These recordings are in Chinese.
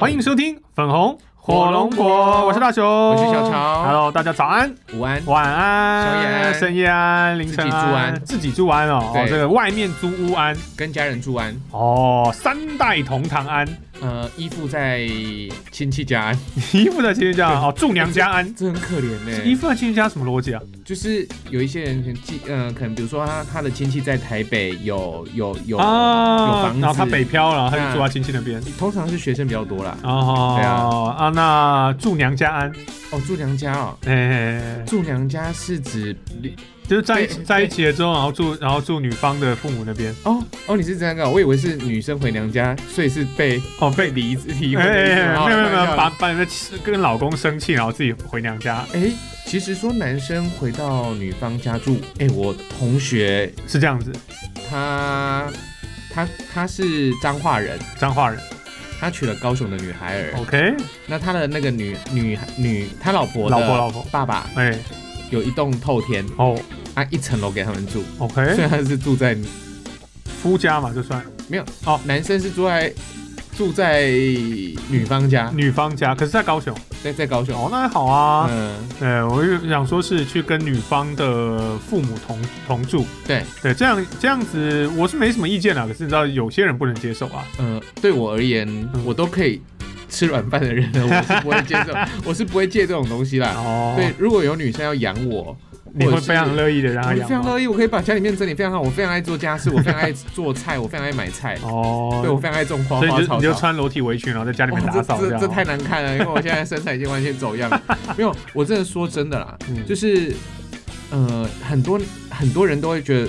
欢迎收听粉红火龙火龙果，果我是大雄，我我是小乔 Hello，大家早安、午安。晚安、宵夜安深夜安、凌晨自己住安自己住安哦。对哦，这个外面租屋安跟家人住安，哦，三代同堂安，呃，依附在亲戚家 安，姨父的亲戚家哦，住娘家安。这很可怜呢、姨父的亲戚家什么逻辑啊？就是有一些人可能寄，呃，可能比如说他他的亲戚在台北有有有，有啊房，子然后他北漂，然后他就住他亲戚那边。通常是学生比较多啦。对啊哦，啊，那住娘家安，哦，住娘家哦，哎，住娘家是指就是在一对起在一起了之后，然后住然后住女方的父母那边。哦哦，你是这样搞，我以为是女生回娘家，所以是被哦， 被离 离婚哎的意思哎哦哎没有没有没开玩有，笑把把你的妻跟老公生气，然后自己回娘家，哎，其实说男生回到女方家住，哎，我同学是这样子。他他他是彰化人，彰化人他娶了高雄的女孩儿。 ，OK，那他的那个女女女，他老婆的老婆老婆爸爸哎、有一栋透天，哦啊，一层楼给他们住，所，OK，以他是住在夫家嘛就算男生是住在住在女方家，女方家，可是在高雄，在在高雄。哦，那还好啊。嗯，呃，我就想说是去跟女方的父母同同住，对，对，这样这样子我是没什么意见啦。啊可是你知道有些人不能接受啊，呃，对我而言，嗯我都可以吃软饭的人了，我是不会接受，我是不会借这种东西啦。哦，啊对，，如果有女生要养我，你或会者是非常乐意的让我他非养常吗？乐意，我可以把家里面整理非常好，我非常爱做家事，我非常爱做菜，我非常爱买菜，对我 哦，非常爱种花所以花你就草你就草。穿裸体围裙，然后在家里面哇打扫这样这哦，这太难看了，因为我现在身材已经完全走样 了。没有，我真的说真的啦，嗯就是呃，很多很多人都会觉得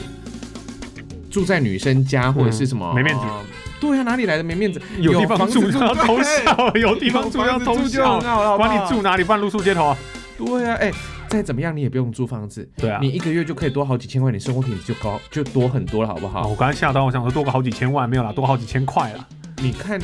住在女生家或者是什么、嗯没面子呃对呀、哪里来的没面子？有地方房住子就要住偷对笑，有地方住有要房子偷住就很笑，好了，管你好住哪里，不然露宿街头啊。不好。对呀、哎、再怎么样你也不用租房子，对啊你，一个月就可以多好几千块，你生活品质就高就多很多了，好不好？啊，我刚才吓到，我想说多个好几千万没有啦，多个好几千块啦。你看，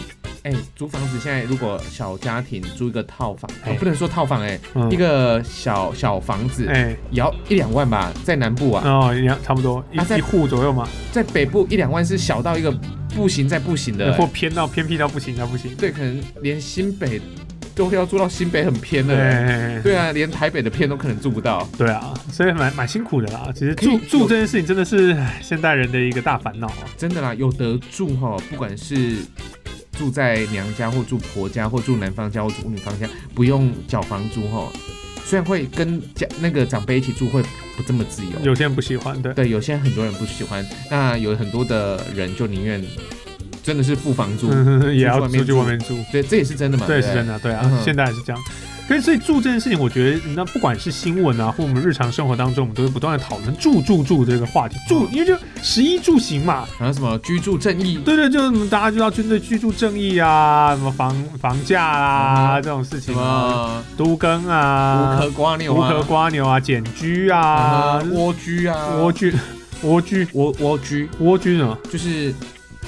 哎、租房子现在如果小家庭租一个套房，哎哦不能说套房、哎、嗯一个小小房子，哎，也要一两万吧，在南部啊，哦，也差不多一啊在一户左右嘛，在北部一两万是小到一个不行再不行的、或哎偏到偏僻到不行，到不行。对，可能连新北都要住到新北很偏的、哎对对啊，连台北的偏都可能住不到。对啊，所以蛮蛮辛苦的啦。其实可以住住有这件事情真的是唉现代人的一个大烦恼啊。真的啦，有得住哈，不管是住在娘家或住婆家或住男方家或住女方家，不用缴房租哈。虽然会跟家那个长辈一起住会不这么自由，有些人不喜欢，对，对，有些很多人不喜欢，那有很多的人就宁愿真的是付房租，嗯也要外面出去住外面住。对，这也是真的嘛，对，对不是对，真的，对啊，嗯哼现在还是这样。可是所以住这件事情，我觉得那不管是新闻啊，或我们日常生活当中，我们都会不断的讨论住住住这个话题。嗯住，因为就十一住行嘛，然后什么居住正义，对对，就是大家知道军队居住正义啊，什么房房价啊、嗯这种事情什啊，么都更啊无，壳瓜牛无壳啊，瓜牛啊，简居啊，嗯蜗居啊，蜗居，蜗居，蜗蜗居蜗居什么？就是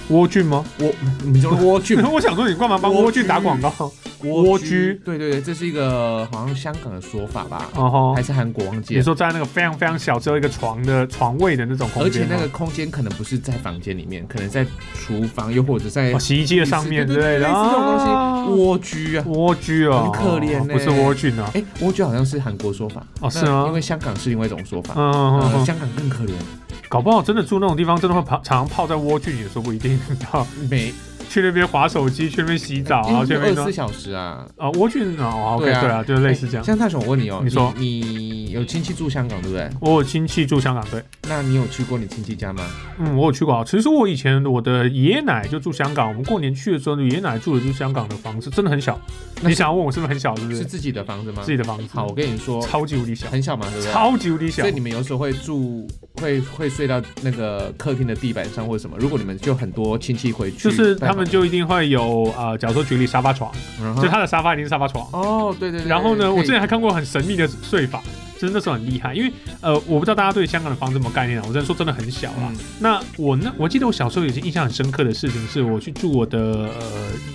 蜗居吗？蜗， 你说蜗居 吗我想说你干嘛帮蜗居打广告？蜗居对对对，这是一个好像香港的说法吧，哦吼还，是韩国忘记你了。说在那个非常非常小，只有一个床的床位的那种而空且间吗，那个空间可能不是在房间里面，可能在厨房，又或者在哦洗衣机的上面对之类对对的类似这种东西。蜗居啊，蜗居哦，很可怜呢不是蜗居呢。哎，蜗居好像是韩国说法哦那是吗因为香港是另外一种说法，嗯嗯嗯呃嗯，香港更可怜，搞不好真的住那种地方，真的会泡常泡在蜗居里，也说不一定。你知道，每去那边划手机，去那边洗澡，然后去那哎二边十弄四小时啊。啊蜗居哦，OK，对啊对啊，就是类似这哎样。像大雄，我问你哦，你说你你有亲戚住香港对不对？我有亲戚住香港，对，那你有去过你亲戚家吗？嗯，我有去过啊。其实我以前我的爷爷奶奶就住香港，我们过年去的时候，爷爷奶奶住的就是香港的房子，真的很小。那你想要问我是不是很小，是不是是？自己的房子吗自？己的房子，好，我跟你说，超级无敌小，很小嘛，对不对？超级无敌小所以。你们有时候会住，会会睡到那个客厅的地板上或者什么。如果你们就很多亲戚回去，就是他们就一定会有呃，假如说举例沙发床，嗯哼就他的沙发一定是沙发床。哦，对对对。然后呢，对我之前可以还看过很神秘的睡法，真的那时候很厉害，因为呃，我不知道大家对香港的房子有没有概念啊，我只能说真的很小啦。嗯那我那我记得我小时候有一件印象很深刻的事情，是我去住我的呃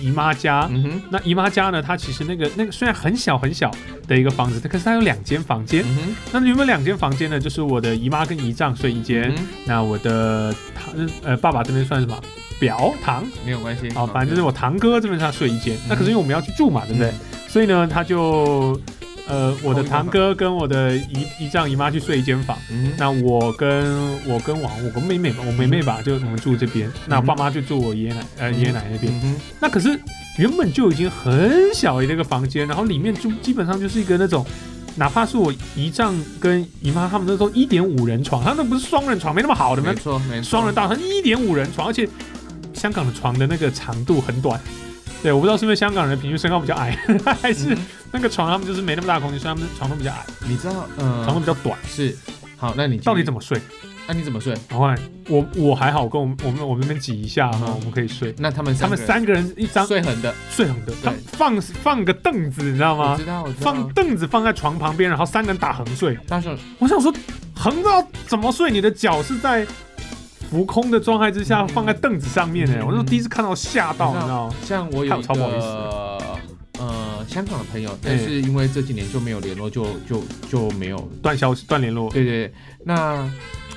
姨妈家。嗯哼，那姨妈家呢？它其实那个那个虽然很小很小的一个房子，但可是它有两间房间。嗯哼，那原本两间房间呢，就是我的姨妈跟姨丈睡一间，嗯那我的堂呃爸爸这边算什么表堂没有关系。哦，反正就是我堂哥这边他睡一间。那可是因为我们要去住嘛，对不对？嗯所以呢，他就呃我的同一间堂哥跟我的姨姨丈姨妈去睡一间房。嗯哼，那我跟我跟我我跟妹妹吧，我妹妹吧，就我们住这边。那我爸妈就住我爷爷奶呃嗯爷爷奶奶那边。嗯哼，那可是原本就已经很小的一个房间，然后里面就基本上就是一个那种，哪怕是我姨丈跟姨妈他们那时候一点五人床，他们不是双人床，没那么好的嘛没，错，没错。双人大床一点五人床，而且香港的床的那个长度很短。对，我不知道是不是香港人平均身高比较矮， 还是嗯哼那个床他们就是没那么大空间，所以他们的床都比较矮，你知道，床都呃，比较短。是好，那你到底怎么？么睡？那你怎么睡？然后我我还好，跟我们我们我们那边挤一下哈，嗯我们可以睡。那他们他们个人三个人一张最狠的，睡很的，他对嗯放放个凳子，你知道我吗知？道，我知道放。凳子放在床旁边，然后三个人打横睡。大雄，我想说，横到怎么睡？你的脚是在浮空的状态之下嗯放在凳子上面呢、嗯我那时候第一次看到，吓到，你你知知道吗？像我看有我一超不好意嗯个呃香港的朋友，但是因为这几年就没有联络，就就就没有断消息断联络对对，对那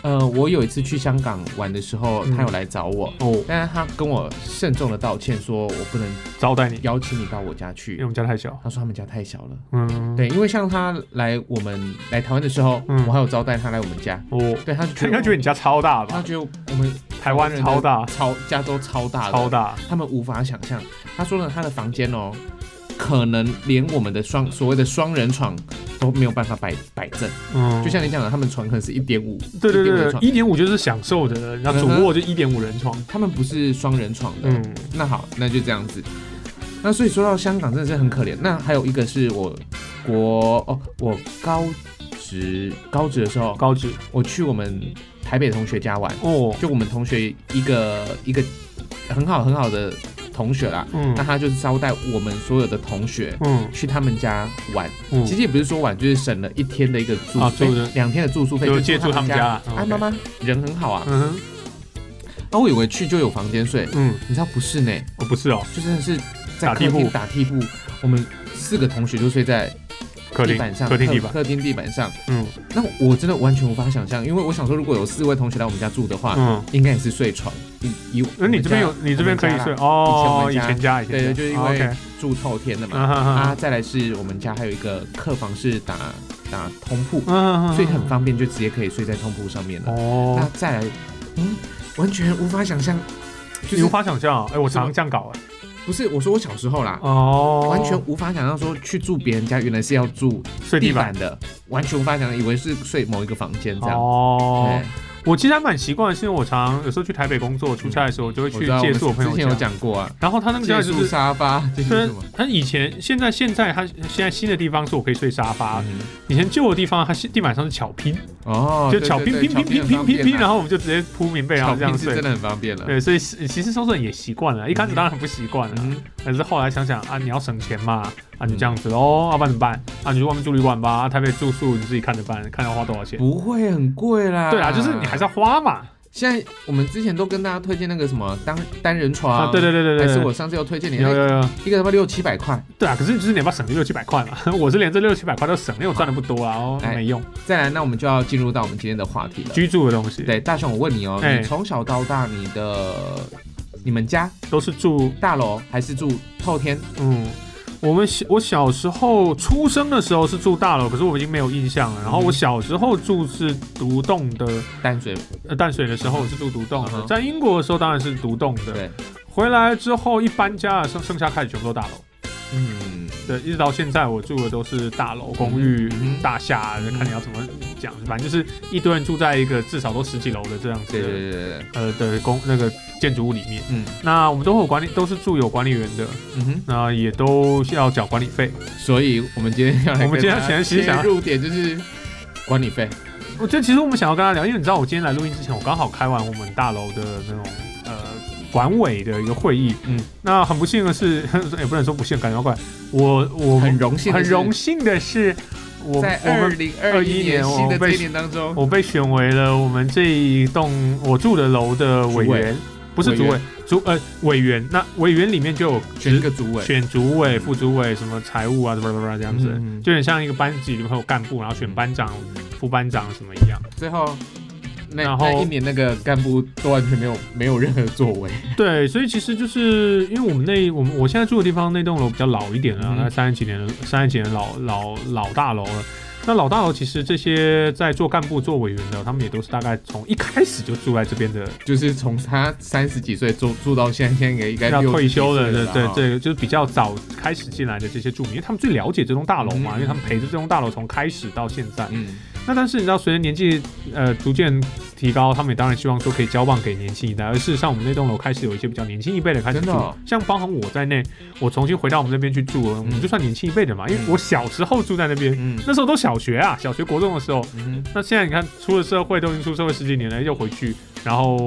呃，我有一次去香港玩的时候，嗯他有来找我，哦，但是他跟我慎重的道歉，说我不能招待你，邀请你到我家因为去我。们家太小。他说他们家太小了。嗯，对，因为像他来我们来台湾的时候，嗯我还有招待他来我们家。哦，对，他就 他觉应该得觉得你家超大他吧？觉得我们台湾超大，超加州超大的超大。他们无法想象。他说呢，他的房间哦，可能连我们的双所谓的双人床都没有办法摆摆正。嗯，就像你讲的，他们床可能是一点五，对对对，床对，一点五就是享受的，然后主卧就一点五人床。他们不是双人床的。嗯，那好，那就这样子。那所以说到香港真的是很可怜。那还有一个是我国哦，我高职高职的时候，高职我去我们台北同学家玩，哦，就我们同学一个一个很好很好的同学啦，嗯那他就是招待我们所有的同学嗯去他们家玩。嗯其，实也不是说晚，就是省了一天的一个住啊宿费住的，两、天的住宿费，就就借住他们家家。啊哎， ，OK 妈妈人很好啊，嗯哼啊，我以为去就有房间睡，嗯，你知道不是呢，哦不是哦，就真的是在打客地铺厅打地铺，我们四个同学就睡在客地厅板上，客厅地板，客厅地板上。嗯那我真的完全无法想象，因为我想说，如果有四位同学来我们家住的话，嗯。应该也是睡床。以以，那你这边有，你这边可以睡我们家啦哦。以以前我前们家，以前家哦对，就是因为 OK 住透天的嘛。啊哈哈啊，再来是我们家还有一个客房是打打通铺，嗯，所以很方便，就直接可以睡在通铺上面了。那哦。再来，嗯，完全无法想象，就你是无法想象啊，哎，我常常这样搞哎。不是我说我小时候啦，哦，完全无法想象说去住别人家原来是要住睡地地板板的，完全无法想象，以为是睡某一个房间这样。哦对。，我其实还蛮习惯的，是因为我常有时候去台北工作，出差的时候，我就会我去知道借宿我嗯我朋们友之前有家。讲过啊，然后他那个家借就宿是，沙发，借宿虽什然么？他以前现在现在他现在新的地方是我可以睡沙发，嗯以前旧的地方它是地板上是巧拼，哦，就对巧对拼对拼拼拼拼拼拼，然后后我们就直接铺棉被，然后这样啊是真睡。的很方便了。对，所以是其实说真的也习惯了，一开始当然很不习惯了，嗯，但是后来想想啊，你要省钱嘛，啊你就这样子喽，要不然怎么办？啊你去外面住旅馆吧，啊台北住宿你自己看着办，看要花多少钱。不会很贵啦。对啊，就是你还是要花嘛。现在我们之前都跟大家推荐那个什么单单人床，啊对对对对对，还是对我上次又推荐你有有有，一个他妈六七百块。对啊，可是就是你要不要省六七百块嘛？ 我是连这六七百块都省，因为我赚的不多啊，哦哎没用。再来，那我们就要进入到我们今天的话题了。居住的东西，，对，大雄，我问你哦，哎你从小到大，你的你们家都是住大楼还是住透天？嗯，我们小我小时候出生的时候是住大楼，可是我已经没有印象了。然嗯后我小时候住是独栋的，淡水呃，淡水的时候是住独栋嗯的，哼在英国的时候当然是独栋的。对，回来之后一搬家了，剩剩下开始全部都大楼。嗯，对，一直到现在我住的都是大楼、公寓嗯哼、大厦，啊嗯哼看你要怎么讲，反正就是一堆人住在一个至少都十几楼的这样子对对的对对对，呃的公那个建筑物里面。嗯那我们都会有管理，都是住有管理员的，嗯哼。那也都是要缴管理费。所以我们今天要来跟我们今天大家其实其实想要切入点就是管理费，我觉得其实我们想要跟他聊，因为你知道，我今天来录音之前，我刚好开完我们大楼的那种呃管委的一个会议。嗯，那很不 幸的是，也不能说不幸，感觉怪。我我很荣幸的很是荣幸的是，我在我二们零二一年我新的这被一年当中，我被选为了我们这一栋我住的楼的委主委员，不是委主员委，主呃委员。那委员里面就有选一职个主委，选主委、副主委、什么财务啊，巴拉巴拉这样子，嗯就有点像一个班级里面会有干部，然后选班长、副班长什么一样。最后。那然后那一年那个干部都完全没有没有任何作为， 对，所以其实就是因为我们那我们我现在住的地方那栋楼比较老一点了，嗯那三十几年的三十几年老老老大楼了。那老大楼其实这些在做干部、做委员的，他们也都是大概从一开始就住在这边的，就是从他三十几岁住住到现在，现在也应该要60退休了，哎几岁对了对哈，对，就是比较早开始进来的这些住民，因为他们最了解这栋大楼嘛，嗯因为他们陪着这栋大楼从开始到现在。嗯，那但是你知道，随着年纪呃逐渐提高，他们也当然希望说可以交棒给年轻一代。而事实上，我们那栋楼开始有一些比较年轻一辈的开始真住，的哦像包含我在内，我重新回到我们那边去住，我们就算年轻一辈的嘛，因为嗯我小时候住在那边，嗯那时候都小学啊，小学国中的时候。嗯那现在你看，出了社会都已经出社会十几年了，又回去，然后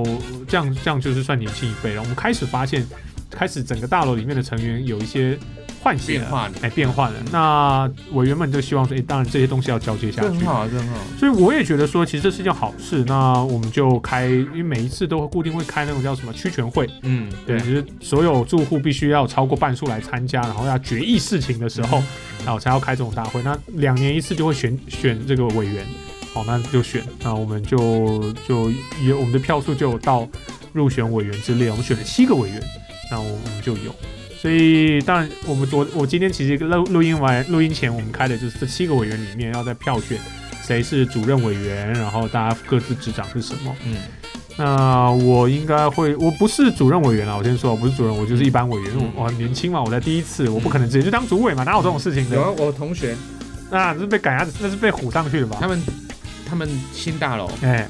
这样这样就是算年轻一辈了。我们开始发现，开始整个大楼里面的成员有一些换血了变化了哎，变换了。嗯那委员们就希望说，哎，当然这些东西要交接下这很去。好，这很好，所以我也觉得说，其实这是一件好事。那我们就开，因为每一次都会固定会开那种叫什么区权会，嗯，对，就是所有住户必须要超过半数来参加，然后要决议事情的时候，然后才要开这种大会。那两年一次就会选选这个委员，好，那就选，那我们就就有我们的票数就有到入选委员之列，我们选了七个委员，那我我们就有。所以，当然，我们昨我今天其实录录音完录音前，我们开的就是这七个委员里面要在票选谁是主任委员，然后大家各自执掌是什么。嗯，那我应该会，我不是主任委员啦，我先说，我不是主任，我就是一般委员，因为嗯我我很年轻嘛，我才第一次，我不可能直接就当主委嘛，哪有这种事情有的？啊，我同学那这是被赶鸭子，那是被唬上去的吧他？们他们新大楼哎，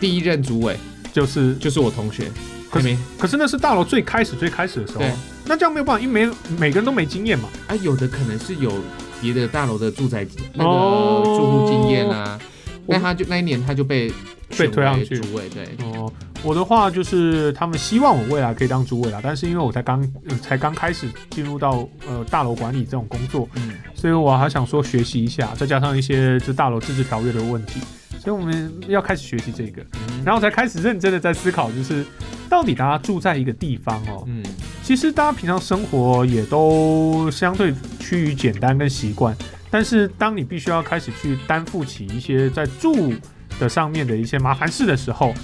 第一任主委就是，就是我同学，可是没可是那是大楼最开始最开始的时候对，那这样没有办法，因为每每个人都没经验嘛。啊，有的可能是有别的大楼的住宅那哦个住户经验啊，我那他就那一年他就被被推上选为去主委，对，哦、我的话就是他们希望我未来可以当主委啦，但是因为我才刚、呃才刚开始进入到呃大楼管理这种工作，嗯，所以我还想说学习一下，再加上一些就大楼自治条约的问题，所以我们要开始学习这个，嗯然后才开始认真的在思考，就是到底大家住在一个地方哦，嗯其实大家平常生活也都相对趋于简单跟习惯，但是当你必须要开始去担负起一些在住的上面的一些麻烦事的时候。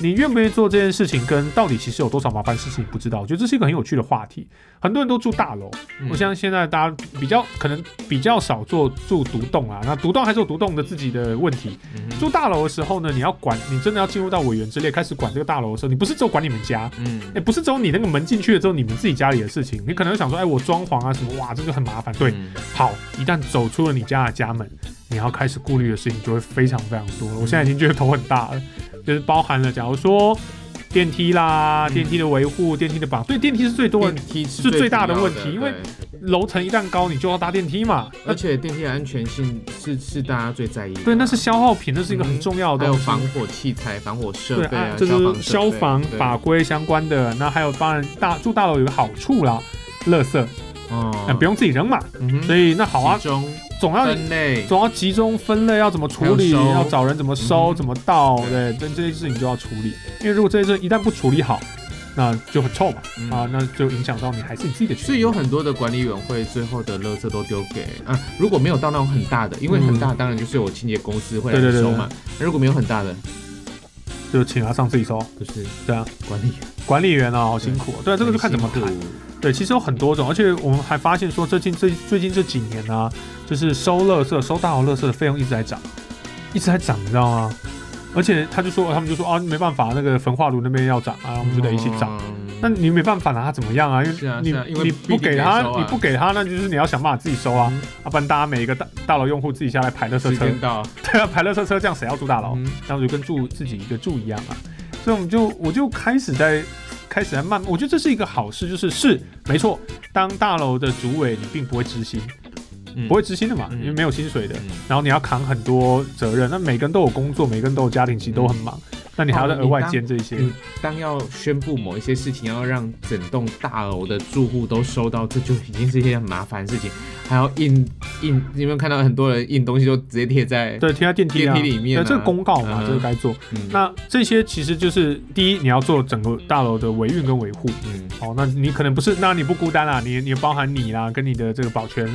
你愿不愿意做这件事情，跟到底其实有多少麻烦事情不知道，我觉得这是一个很有趣的话题。很多人都住大楼，嗯，我相信现在大家比较可能比较少做住独栋啊，那独栋还是有独栋的自己的问题。嗯住大楼的时候呢，你要管，你真的要进入到委员之列开始管这个大楼的时候，你不是只有管你们家，嗯哎，不是只有你那个门进去了之后你们自己家里的事情，你可能会想说，哎，我装潢啊什么，哇，这个很麻烦。对，嗯好，一旦走出了你家的家门，你要开始顾虑的事情就会非常非常多嗯了。我现在已经觉得头很大了，就是包含了，假如说电梯啦，嗯电梯的维护，电梯的保，对，电梯是最多人电梯是最主大的要问题因为对楼层一旦高，你就要搭电梯嘛。那而且电梯的安全性是是大家最在意的，对，那是消耗品，那是一个很重要的嗯还有东西。防火器材、防火设对，备啊啊，这防是设消备防对法规相关的。那还有，当然大住大楼有个好处啦，垃圾哦嗯不用自己扔嘛。用所以那好啊，集中总要分类，总要集中分类，要怎么处理，还嗯有收要找人怎么收，嗯怎么倒，对对，这这些事情就要处理。因为如果这些事情一旦不处理好，那就很臭嘛，嗯啊，那就影响到你还是你自己的权益。所以有很多的管理委员会最后的垃圾都丢给啊，如果没有到那种很大的，因为很大当然就是有清洁公司会来嗯对对对收嘛。那如果没有很大的，就请他上自己收，就是对啊，管理员管理员啊，好辛苦哦。对啊，这个就看怎么谈很。辛苦对，其实有很多种，而且我们还发现说，最近最最近这几年呢、就是收垃圾、收大号垃圾的费用一直在涨，一直在涨，你知道吗？而且他就说，他们就说啊，没办法，那个焚化炉那边要涨啊，我们就得一起涨。。嗯那你没办法拿他怎么样啊？因是啊你、是啊因为你不不一定给可以他，收啊嗯你不给他，那就是你要想办法自己收啊，要、不然大家每一个大大楼用户自己下来排垃圾时车，间到， 对啊，排垃圾车这样谁要住大楼？嗯然后就跟住自己一个住一样啊。所以我们就我就开始在开始在慢，我觉得这是一个好事，就是是没错，当大楼的主委你并不会知心，嗯不会知心的嘛，嗯因为没有薪水的，嗯然后你要扛很多责任，那每个人都有工作，每个人都有家庭，其实都很忙。那你还要再哦额外你当兼这一些，你当要宣布某一些事情，要让整栋大楼的住户都收到，这就已经是一件很麻烦的事情，还要印印，你有没有看到很多人印东西就直接贴在？对，贴在电梯啊电梯里面啊对，这个公告嘛，嗯这个该做。嗯那这些其实就是第一，你要做整个大楼的维运跟维护。嗯哦，那你可能不是，那你不孤单啦，啊你你包含你啦，跟你的这个保全，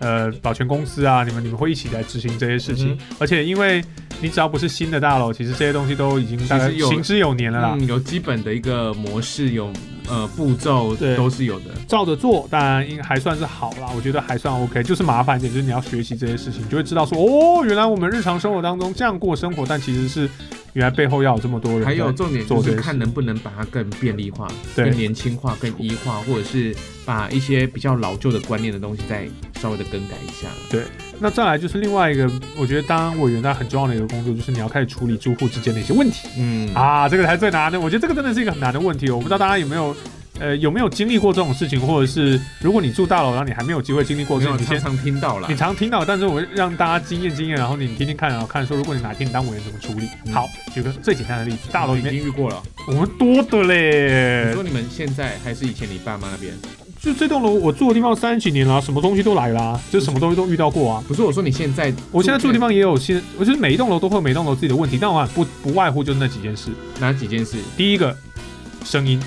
呃，保全公司啊，你们你们会一起来执行这些事情。嗯而且因为你只要不是新的大楼，其实这些东西都已经大概其实有行之有年了啦。嗯，有基本的一个模式，有呃步骤对都是有的。照着做，当然应还算是好啦，我觉得还算 OK。就是麻烦一点，就是你要学习这些事情，你就会知道说，哦，原来我们日常生活当中这样过生活，但其实是原来背后要有这么多人在。还有重点就做这是些看事能不能把它更便利化、对更年轻化、更医化，或者是把一些比较老旧的观念的东西再稍微的更改一下。那再来就是另外一个，我觉得当委员他很重要的一个工作，就是你要开始处理住户之间的一些问题嗯，啊，这个才最难的。我觉得这个真的是一个很难的问题哦，我不知道大家有没有。呃，有没有经历过这种事情，或者是如果你住大楼，然后你还没有机会经历过没这种，有你常先常听到啦你。常听到，但是我会让大家经验经验，然后你听听看，然后看说，如果你哪天你当委员怎么处理。嗯好，举个最简单的例子，大楼里已经面呃遇过了。我们多的你嘞说，你们现在还是以前你爸妈那边？就这栋楼我住的地方三十几年啦，什么东西都来啦，就什么东西都遇到过啊。不是我说你现在，我现在住的地方方也有新，我觉得每一栋楼都会有每一栋楼自己的问题，但我不不外乎就是那几件事。哪几件事？第一个，声音、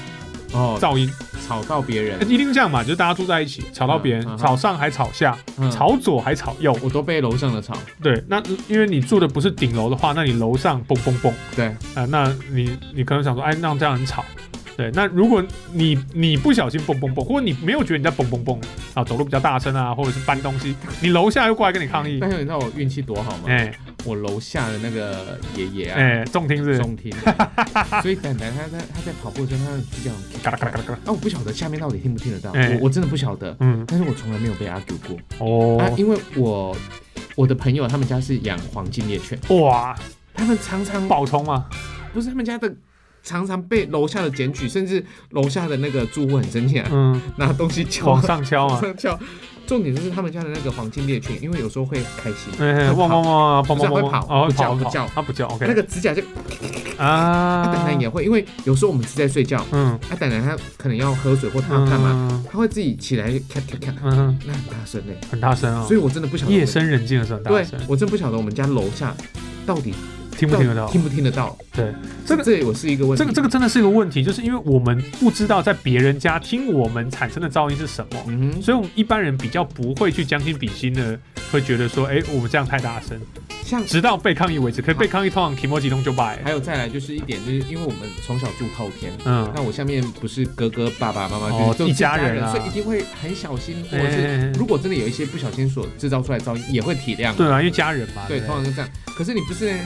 哦，噪音，吵到别人，一定这样嘛，就是大家住在一起，吵到别嗯嗯人，嗯吵上还吵下，嗯，吵左还吵右。我都被楼上的吵。对，那因为你住的不是顶楼的话，那你楼上蹦蹦蹦。对，啊、那你你可能想说，哎，那这样很吵。对，那如果你你不小心蹦蹦蹦，或者你没有觉得你在蹦蹦蹦啊，走路比较大声啊，或者是搬东西，你楼下又过来跟你抗议，但是你知道我运气多好吗？哎我楼下的那个爷爷啊，哎，重听是 中听，所以蛋蛋他在他在跑步的时候，他会就这样嘎啦嘎啦嘎啦嘎啦，啊，我不晓得下面到底听不听得到，哎我我真的不晓得，嗯，但是我从来没有被 argue 过、啊，哦，因为我我的朋友他们家是养黄金猎犬，哇，他们常常爆冲啊嘛，不是他们家的，常常被楼下的检举，甚至楼下的那个住户很生气啊，嗯， 拿东西敲往上敲啊往嘛，上敲，重点就是他们家的那个黄金猎犬，因为有时候会开心。 哎，汪汪汪，砰砰砰，哦，他不叫那，OK，个指甲就，啊啊，蛋蛋也会，因为有时候我们是在睡觉，嗯啊，蛋蛋他可能要喝水或他要干啊嘛，嘛，他会自己起来咔咔咔，嗯，那很大声嘞、很大声啊所，以我真的不晓得我们夜深人静的时候大对声，，我真不晓得我们家楼下到底听不听得到到底？听不听得到？对，这这个这我是一个问题。这个这个，个真的是一个问题，就是因为我们不知道在别人家听我们产生的噪音是什么，嗯哼，所以我们一般人比较不会去将心比心的，会觉得说，哎、我们这样太大声，像直到被抗议为止。可是被抗议通常提莫吉通就败、还有再来就是一点，就是因为我们从小住透天。嗯，那我下面不是哥哥、爸爸妈妈，哦就是都是一家人人啊所以一定会很小心，或哎者是如果真的有一些不小心所制造出来的噪音，也会体谅。对啊，因为家人嘛，对，对不对，通常是这样。可是你不是呢？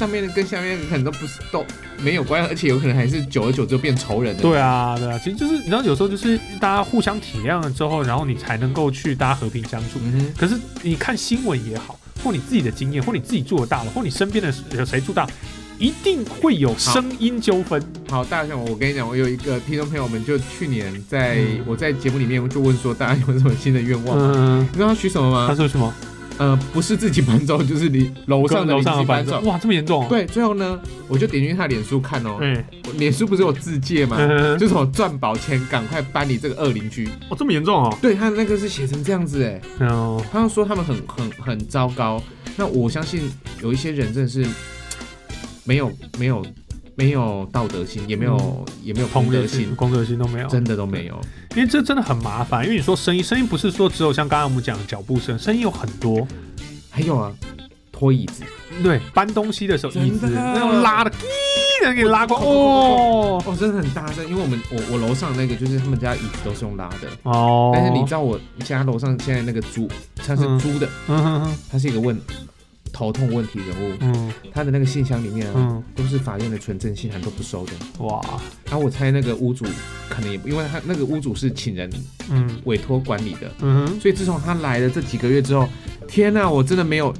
上面的跟下面的可能都不是都没有关，而且有可能还是久而久之变仇人的。对啊，对啊，其实就是你知道，有时候就是大家互相体谅了之后，然后你才能够去大家和平相处。嗯哼，可是你看新闻也好，或你自己的经验，或你自己住的大楼，或你身边的有谁住大楼，一定会有声音纠纷。好，大象，我跟你讲，我有一个听众朋友们，就去年在、嗯我在节目里面就问说，大家有什么新的愿望？嗯，你知道他许什么他吗？说什么？呃，不是自己搬走，就是你楼上的楼上邻的居搬搬走。哇，这么严重、啊？，对，最后呢，我就点进他脸书看哦，嗯，我脸书不是有自介吗？嗯就是我赚饱钱，赶快搬离这个恶邻居。哦，这么严重哦，对他那个是写成这样子哎，嗯，他说他们很很很糟糕。那我相信有一些人真的是没有没有没有道德心，也没有、也没有嗯同公德理心心、，公德心都没有，真的都没有。因为这真的很麻烦。因为你说声音，声音不是说只有像刚刚我们讲的脚步声，声音有很多。还有啊，拖椅子。对，搬东西的时候真的椅子那种拉的，能给你拉过来哦哦。哦，真的很大声，因为我们我我楼上那个就是他们家椅子都是用拉的，哦，但是你知道我家楼上现在那个租，它是嗯租的，嗯哼哼他是一个问头痛问题人物，嗯他的那个信箱里面啊，嗯，都是法院的纯正信函都不收的。哇，然、后我猜那个屋主可能也不，因为他那个屋主是请人嗯委托管理的，嗯哼，所以自从他来了这几个月之后，天呐，我真的没有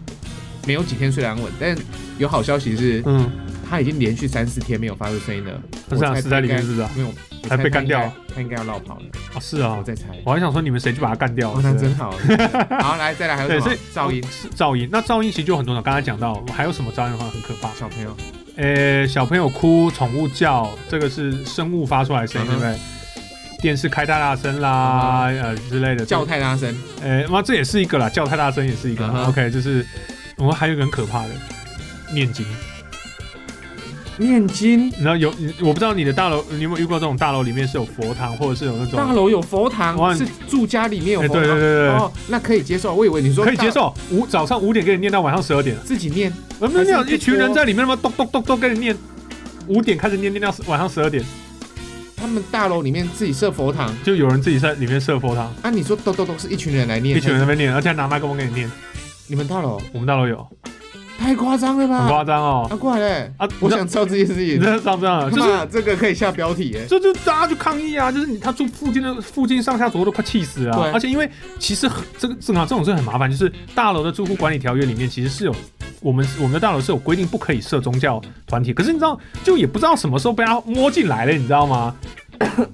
没有几天睡得安稳。但有好消息是，嗯，他已经连续三四天没有发出声音了。他这样我猜死在里面他应是不是该啊？没有，我还猜被他干掉应该，他应该要绕跑了。哦，是啊我，在猜。我还想说你们谁去把它干掉？哦，那真好。 好，来再来还有对，什所么以噪音？是噪音。那噪音其实就很多种，刚才讲到还有什么噪音的话很可怕。小朋友，哎、呃，小朋友哭、宠物叫，这个是生物发出来的声音，嗯对不哼嗯对？电视开太大声啦，呃之类的，叫太大声，呃，妈这也是一个啦，叫太大声也是一个啦。嗯哼 OK，就是我们还有一个很可怕的念经，念经。然后有你我不知道你的大楼，你有没有遇过这种大楼里面是有佛堂，或者是有那大种楼有佛哇堂，是住家里面有哎佛堂，对对对对哦，那可以接受。我以为你说可以接大，受五早上五点给你念到晚上十二点，自己念，我们还讲是你一群多人在里面嘛，咚咚咚咚跟你念，五点开始念念到晚上十二点，他们大楼里面自己设佛堂。就有人自己在里面设佛堂，啊，你说都都都是一群人来念，一群人在那边念，而且还拿麦克风给你念，你们大楼我们大楼有，太夸张了很吧？夸张哦。啊，过来嘞！啊，你我知道想知道这件事你情知。道知道不知道？他就是妈，这个可以下标题耶！这就大家就抗议啊！就是你他住附近的附近上下左右都快气死了啊、对而且因为其实很这个正好这种事很麻烦，就是大楼的住户管理条约里面其实是有我们我们的大楼是有规定不可以设宗教团体，可是你知道就也不知道什么时候被他摸进来了，你知道吗？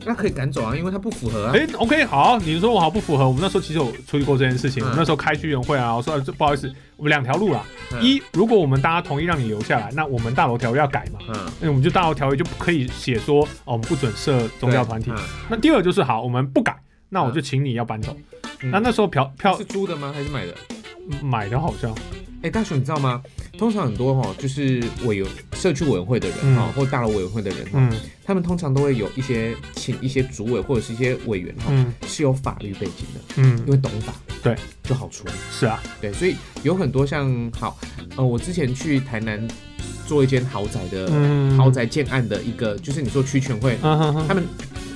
那可以赶走啊，因为它不符合啊。哎、o k 好，你说我好不符合，我们那时候其实有处理过这件事情，嗯我们那时候开区员会啊，我说、啊、这不好意思，我们两条路啦，啊嗯一如果我们大家同意让你留下来，那我们大楼条约要改嘛。嗯，那我们就大楼条约就不可以写说哦，我们不准设宗教团体对，嗯那第二就是好，我们不改，那我就请你要搬走。嗯那那时候票嗯票是租的吗？还是买的？买的好像，哎，大雄，你知道吗？通常很多哈，就是委员社区委员会的人嗯哈，或大楼委员会的人哈，嗯他们通常都会有一些请一些主委或者是一些委员哈，嗯是有法律背景的，因嗯，为懂法，对，就好处理。是啊，对，所以有很多像好，呃，我之前去台南做一间豪宅的、嗯，豪，宅建案的一个，就是你说区全会，嗯哼哼，他们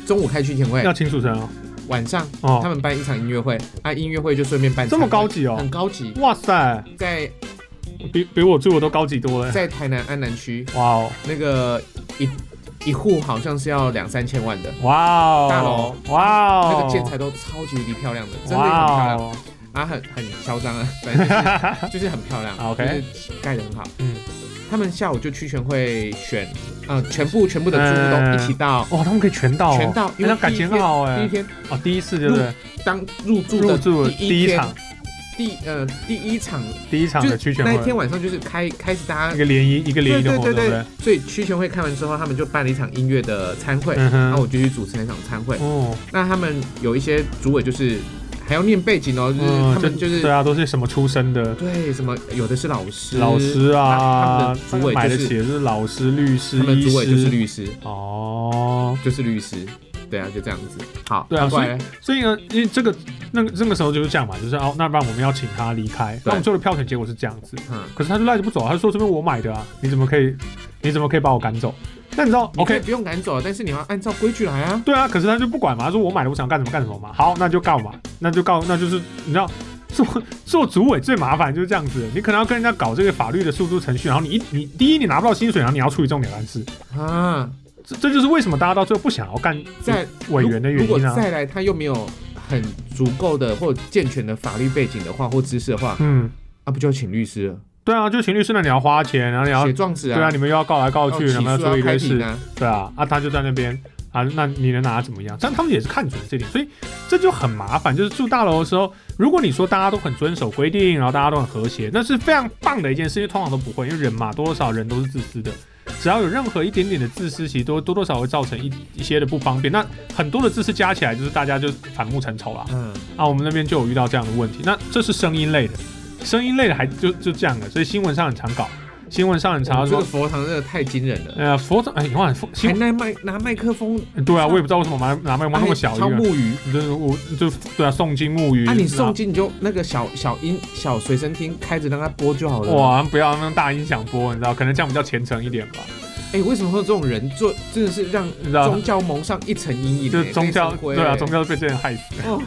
中午开区全会要，清楚成哦，晚上他哦，们嗯办一场音乐会，啊，音乐会就顺便办这么餐会高级哦很，高级，哇塞，在比比我住的都高级多了，在台南安南区哇哦那个一一户好像是要两三千万的，哇哦，大楼哇哦，那个建材都超级无敌漂亮的，真的很漂哇亮哦，啊，很很嚣张啊，反正就是 就是很漂亮啊 OK 就是盖的很好。嗯，他们下午就区全会选，呃，全部全部的住户都一起到。哇，他们可以全到哦，全到哎因为那感第一情天好第一哎，天哦，第一次对不对？当入住入的住第第一一天场，第呃第一场第一场的区就全那一会天，晚上就是开开始大一家个联谊，一个联谊对的对活动，对对不对对？，所以区全会开完之后，他们就办了一场音乐的餐会，嗯然后哼，我就去主持那场餐会。哦，那他们有一些主委就是还要念背景哦，就是嗯，他们就是对啊，都是什么出身的对什么有的是老师，老师啊那，他们的主买委得就起是的是老师、律师、他们医的主委师，就是律师，哦。就是律师，对啊，就这样子。好，对啊那过来所所以呢，因为这个那个那个时候就是这样嘛，就是哦，那不然我们要请他离开。那我们最后的票选结果是这样子，嗯，可是他就赖着不走，他就说这边我买的啊，你怎么可以，你怎么可以把我赶走？那你知道你可以，OK，不用赶走，但是你要按照规矩来啊。对啊，可是他就不管嘛，他说我买的，我想干什么干什么嘛。好，那就告嘛，那就告，那就是你知道。 做做主委最麻烦就是这样子，你可能要跟人家搞这个法律的诉诸程序，然后你一你第一你拿不到薪水，然后你要处理这种两难事，啊，这这就是为什么大家到最后不想要干再委员的如原果因啊。再来他又没有很足够的或健全的法律背景的话，或知识的话，嗯，啊，不就要请律师了？对啊，就情侣是那你要花钱，然后你要写状纸啊，对啊，你们又要告来告要去，起然后要诉啊做一堆开庭事，啊，对啊，啊他就在那边啊，那你能拿他怎么样？但他们也是看准了这点，所以这就很麻烦。就是住大楼的时候，如果你说大家都很遵守规定，然后大家都很和谐，那是非常棒的一件事，因为通常都不会，因为人嘛，多多少少人都是自私的。只要有任何一点点的自私，其实都多多少少会造成一一些的不方便。那很多的自私加起来，就是大家就反目成仇啦。嗯，啊，我们那边就有遇到这样的问题。那这是声音类的，声音类的还就就这样的，所以新闻上很常搞，新闻上很常哇这说个，佛堂真的太惊人了，呃，佛长，哎，你看佛还新拿麦拿麦克风，闻，对啊，我也不知道为什么拿拿麦克风那么小一敲个，木鱼。就是我就对啊，诵经沐浴，啊，你诵经你就那个小小音小随身听开着让它播就好了。然后。哇，不要用大音响播，你知道，可能这样比较虔诚一点吧，哎、为什么会有这种人做？真的是让你知道宗，教蒙上一层阴影、欸，啊就是宗教，被忏悔对啊，欸宗教被这人害死。哦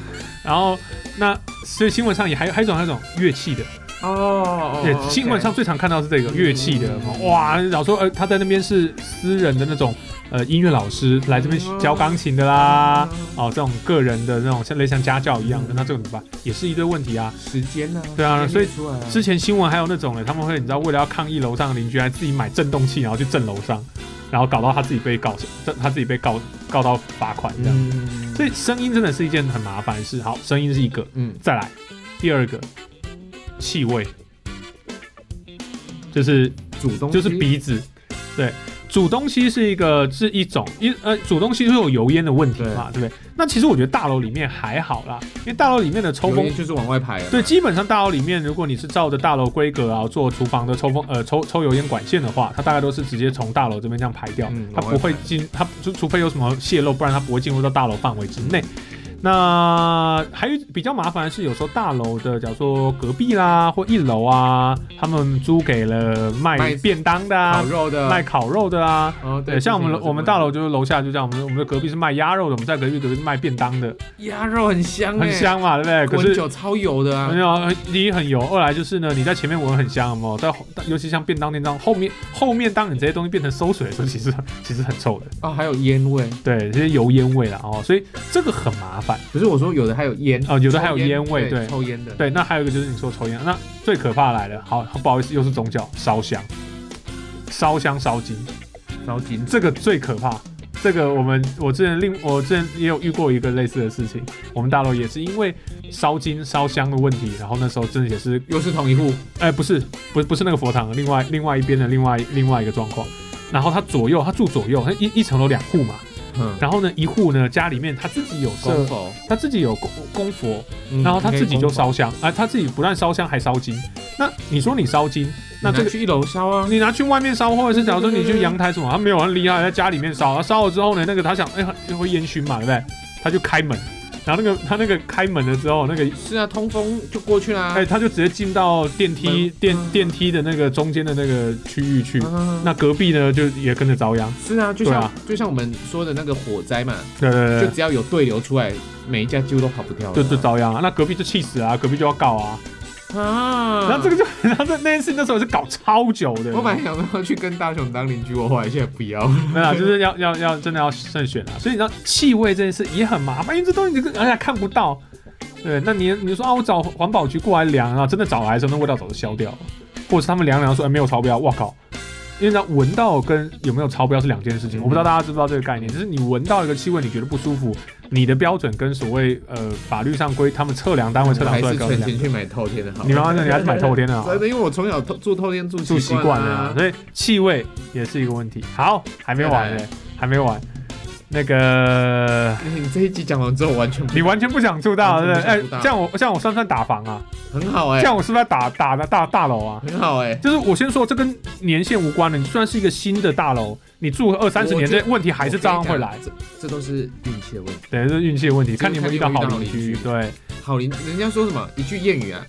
然后那所以新闻上也还有还有一种那种乐器的，哦，对，哦新闻上，最常看到是这个乐器的，嗯哇，然后说呃他在那边是私人的那种呃音乐老师来这边嗯教钢琴的 OK 啦，，哦这种个人的那种像类似像家教一样的，嗯那这种怎么办？也是一堆问题啊。时间呢、对啊时间所以列出来啊之前新闻还有那种呢，欸他们会你知道为了要抗议楼上的邻居，还自己买震动器，然后去震楼上，然后搞到他自己被告，这他自己被告告到罚款这样。嗯，所以声音真的是一件很麻烦的事。好，声音是一个，嗯，再来第二个气味，就是主动就是鼻子，煮东西是一个是一种一呃煮东西会有油烟的问题嘛，对不对？那其实我觉得大楼里面还好啦，因为大楼里面的抽油风烟就是往外排了嘛。对，基本上大楼里面，如果你是照着大楼规格啊做厨房的抽风呃抽抽油烟管线的话，它大概都是直接从大楼这边这样排掉，嗯它不会进，它就除非有什么泄漏，不然它不会进入到大楼范围之内。那还有比较麻烦的是，有时候大楼的，假如说隔壁啦或一楼啊，他们租给了卖卖便当的啊烤，肉的，卖烤肉的啊，哦对，像我们我们大楼楼就是楼下就这样，我们我们的隔壁是卖鸭肉的，我们在隔壁隔壁是卖便当的，鸭肉很香，很，香嘛，嗯对不对？可滚是酒超油的没啊，有，第一很油，二来就是呢，你在前面闻很香，有没有？但后尤其像便当店这样，后面后面当你这些东西变成馊水的时候，其实其实很臭的，哦，还有烟味。对，这些油烟味啦哦，所以这个很麻烦可是我说有的还有烟，哦，有的还有抽烟味，对对，抽烟的。对。那还有一个就是你说抽烟，那最可怕的来了，好不好意思，又是宗教烧香，烧香烧金，烧金这个最可怕。这个我们我之前另我之前也有遇过一个类似的事情，我们大楼也是因为烧金烧香的问题，然后那时候真的也是又是同一户，哎、不是，不是不是那个佛堂，另外另外一边的另外另外一个状况。然后他左右，他住左右，他一一层楼两户嘛。嗯，然后呢，一户呢家里面他自己有公设，佛，他自己有供供佛，嗯然后他自己就，烧你香，啊、他自己不但烧香还烧金。那你说你烧金，那这可以公佛你拿个去一楼烧啊，你拿去外面烧，或者是假如说你对对去对阳台什么，他没有很厉害，在家里面烧，他烧了之后呢，那个他想，哎、很会烟熏嘛，对不对？他就开门，然后那个他那个开门了之后，那个是啊，通风就过去啦哎、。他就直接进到电梯门电嗯电梯的那个中间的那个区域去。啊那隔壁呢，就也跟着遭殃。是啊，就对像、啊就像我们说的那个火灾嘛，对对对就只要有对流出来，每一家几乎都跑不掉了。对，就就遭殃啊！那隔壁就气死啊，隔壁就要告啊。啊，然后这个就， 然后这那件事那时候是搞超久的。我本来想说去跟大雄当邻居，我后来现在不要。 没有啊，就是要要要真的要慎选啊。所以你知道气味这件事也很麻烦，因为这东西你这个而且看不到。对，那你你说啊，我找环保局过来量啊，然后真的找来的时候，那味道早就消掉了，或者是他们量量说哎没有超标，哇靠！因为你知道闻到跟有没有超标是两件事情，嗯我不知道大家知不知道这个概念，就是你闻到一个气味你觉得不舒服，你的标准跟所谓呃法律上规他们测量单位测量还出来是的标准存两钱去买透天的好。你妈妈你还是买透天的啊真的，因为我从小透住透天住住习惯了啊啊，。所以气味也是一个问题。好，还没完再呢、来还没完。那个你这一集讲完之后，完全不你完全不想住大楼，对完不全对？不哎、想住大楼这样我这样我算不算打房啊？很好哎、这样我是不是要打打的大大楼啊？很好哎、就是我先说，这跟年限无关的。你虽然是一个新的大楼，你住二三十年，我觉这得问题还是照样会来我。跟你讲，这这都是运气的问题。对，这是运气的问题，看你有没有遇到好看有没邻有遇居。到对，好邻，人家说什么一句谚语啊，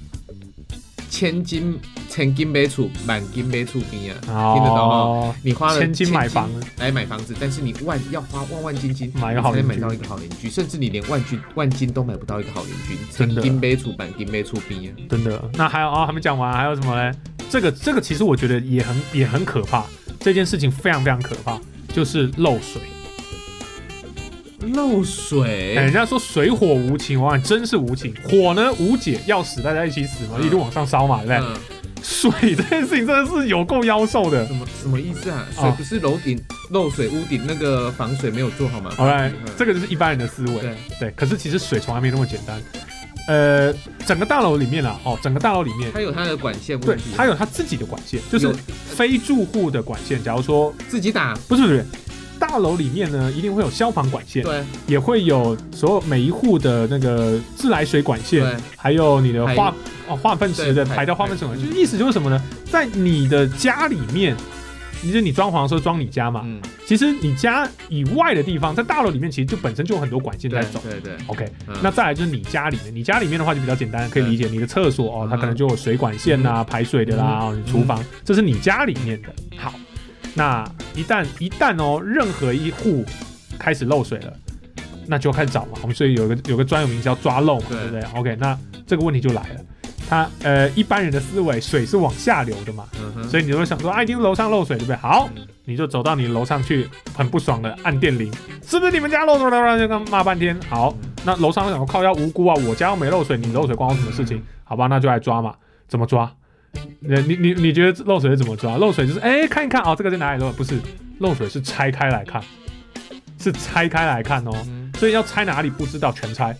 千金千金买厝，万金买厝边啊。听得到哦，你花了千金买房，啊来买房子，但是你万要花万万金金买个好你才能邻居买到一个好邻居，甚至你连万金万金都买不到一个好邻居，真的金杯出版金杯出兵啊，真的。那还有啊、还没讲完，还有什么嘞？这个这个其实我觉得也很也很可怕，这件事情非常非常可怕，就是漏水。漏水哎、人家说水火无情，往往真是无情。火呢无解，要死大家一起死嘛，嗯一路往上烧嘛，对不对？嗯水这件事情真的是有够妖兽的。什么什么意思啊？水哦不是楼顶漏水，屋顶那个防水没有做好吗？好来，嗯这个就是一般人的思维。对，对，可是其实水从来没那么简单。呃，整个大楼里面啊，哦，整个大楼里面，它有它的管线对问题，，它有它自己的管线，就是嗯有非住户的管线。假如说自己打，不是不是，大楼里面呢，一定会有消防管线，对也会有所有每一户的那个自来水管线，对，还有你的排化哦化粪池的对排排到化粪池管，排就是意思就是什么呢？在你的家里面，你就是你装潢的时候装你家嘛，嗯，其实你家以外的地方，在大楼里面其实就本身就有很多管线在对走。对对， OK，嗯那再来就是你家里面，你家里面的话就比较简单，可以理解你的厕所哦，它可能就有水管线呐、排水的啦，哦你厨房，这是你家里面的。好，那一旦一旦哦，任何一户开始漏水了，那就要开始找嘛。我们所以有一个有个专有名词叫抓漏嘛，对对不对？OK，那这个问题就来了，它呃一般人的思维，水是往下流的嘛，嗯哼，所以你就会想说，啊，一定是楼上漏水，对不对？好嗯，你就走到你楼上去，很不爽的按电铃，是不是你们家漏水了？就跟他骂半天。好，那楼上想说靠，要无辜啊，我家又没漏水，你漏水关我什么事情？好吧，那就来抓嘛，怎么抓？你你你你觉得漏水是怎么抓？漏水就是哎、看一看哦，这个在哪里漏？不是，漏水是拆开来看，是拆开来看哦。嗯所以要拆哪里不知道，全拆。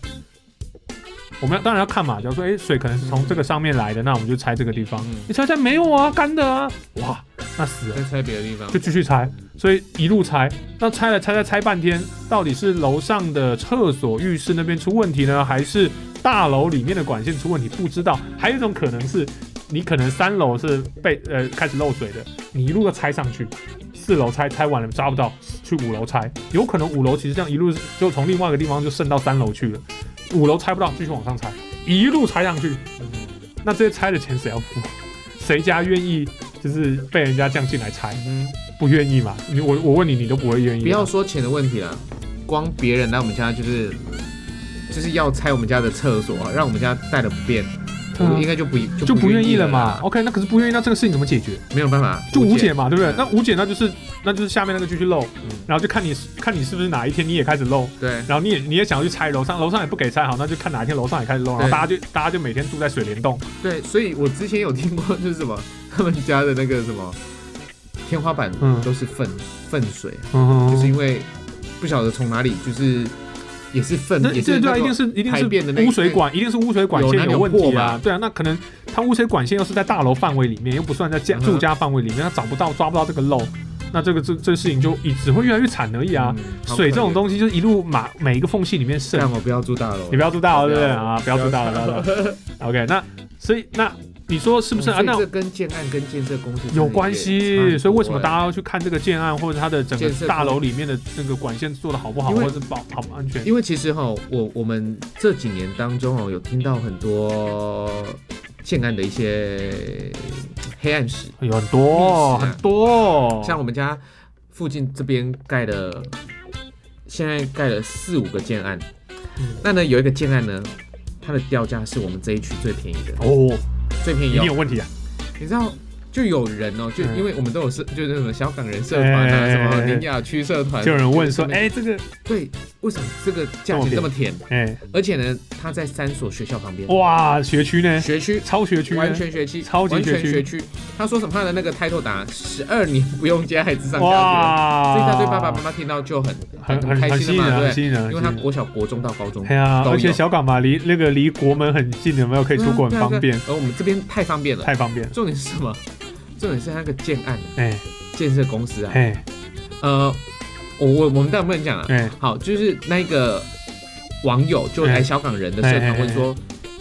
我们当然要看嘛，假如说，哎、水可能是从这个上面来的，那我们就拆这个地方嗯。你拆拆没有啊，干的啊，哇，那死人再拆别的地方就。继续拆，所以一路拆，那拆了拆拆拆半天，到底是楼上的厕所、浴室那边出问题呢，还是大楼里面的管线出问题？不知道。还有一种可能是，你可能三楼是被呃开始漏水的，你一路都拆上去，四楼拆拆完了抓不到，去五楼拆，有可能五楼其实这样一路就从另外一个地方就渗到三楼去了，五楼拆不到，继续往上拆，一路拆上去，那这些拆的钱谁要付？谁家愿意就是被人家这样进来拆？嗯，不愿意嘛？你我我问你，你都不会愿意。不要，说钱的问题了，光别人来我们家就是就是要拆我们家的厕所啊，让我们家带的不便，对啊我应该就不就就不愿意了嘛啦。 OK，那可是不愿意，那这个事情怎么解决？没有办法，就无解解。嘛，对不对嗯？那无解，那就是那就是下面那个继续漏嗯，然后就看你看你是不是哪一天你也开始漏，对，然后你也你也想要去拆楼上，楼上也不给拆好，那就看哪一天楼上也开始漏，然后对大家就大家就每天住在水帘洞，对，所以我之前有听过，就是什么他们家的那个什么天花板嗯都是粪粪水，嗯就是因为不晓得从哪里，就是也是粪那，也这是对啊，那一定种是一定是排便的那个污水管，一定是污水管有线那个问题货啊嘛。对啊，那可能它污水管线又是在大楼范围里面，又不算在家嗯哼住家范围里面，它找不到抓不到这个漏，那这个这这事情就也只会越来越惨而已啊。嗯水这种好可怜东西就是一路马每一个缝隙里面渗，但我不要住大楼，你不要住大楼对不对不要啊？不要住大楼，不要住 大楼。OK，那所以那你说是是不是啊？那这跟建案跟建设公司真的有也关差很系，多所以为什么欸大家要去看这个建案或者它的整个建设大楼里面的那个管线做的好不好，因或为者是保好不安全？因为其实哈，我我们这几年当中哦，有听到很多建案的一些黑暗史，有很多历史啊很多，像我们家附近这边盖了，现在盖了四五个建案，嗯那呢有一个建案呢，它的掉价是我们这一区最便宜的，哦，最便一宜定有哦，问题啊！你知道。就有人哦，就嗯因为我们都有社，就是什么小港人社团啊，哎什么林雅区社团，啊就有人问说，上面哎，这个，对，为什么这个价钱这么甜？哎，而且呢，它在三所学校旁边，哇，学区呢？学区超学区呢？完全学区，超级完学全区学区。他说什么？他的那个 title 打十二年不用接孩子上小学，哇！所以他对爸爸妈妈听到就很很很很开很吸心引的嘛，人，很对不对？吸引人，啊很因吸为引他人国小、国中到高中，哎呀，都有而且小港嘛，离那个离国门很近，有没有可以出嗯国很方便，啊而我们这边太方便了。太方便了。重点是什么？重点是那个建案啊哎建设公司啊，哎呃，我我我们当然不能讲啊。哎，好，就是那个网友就来小港人的社团问说，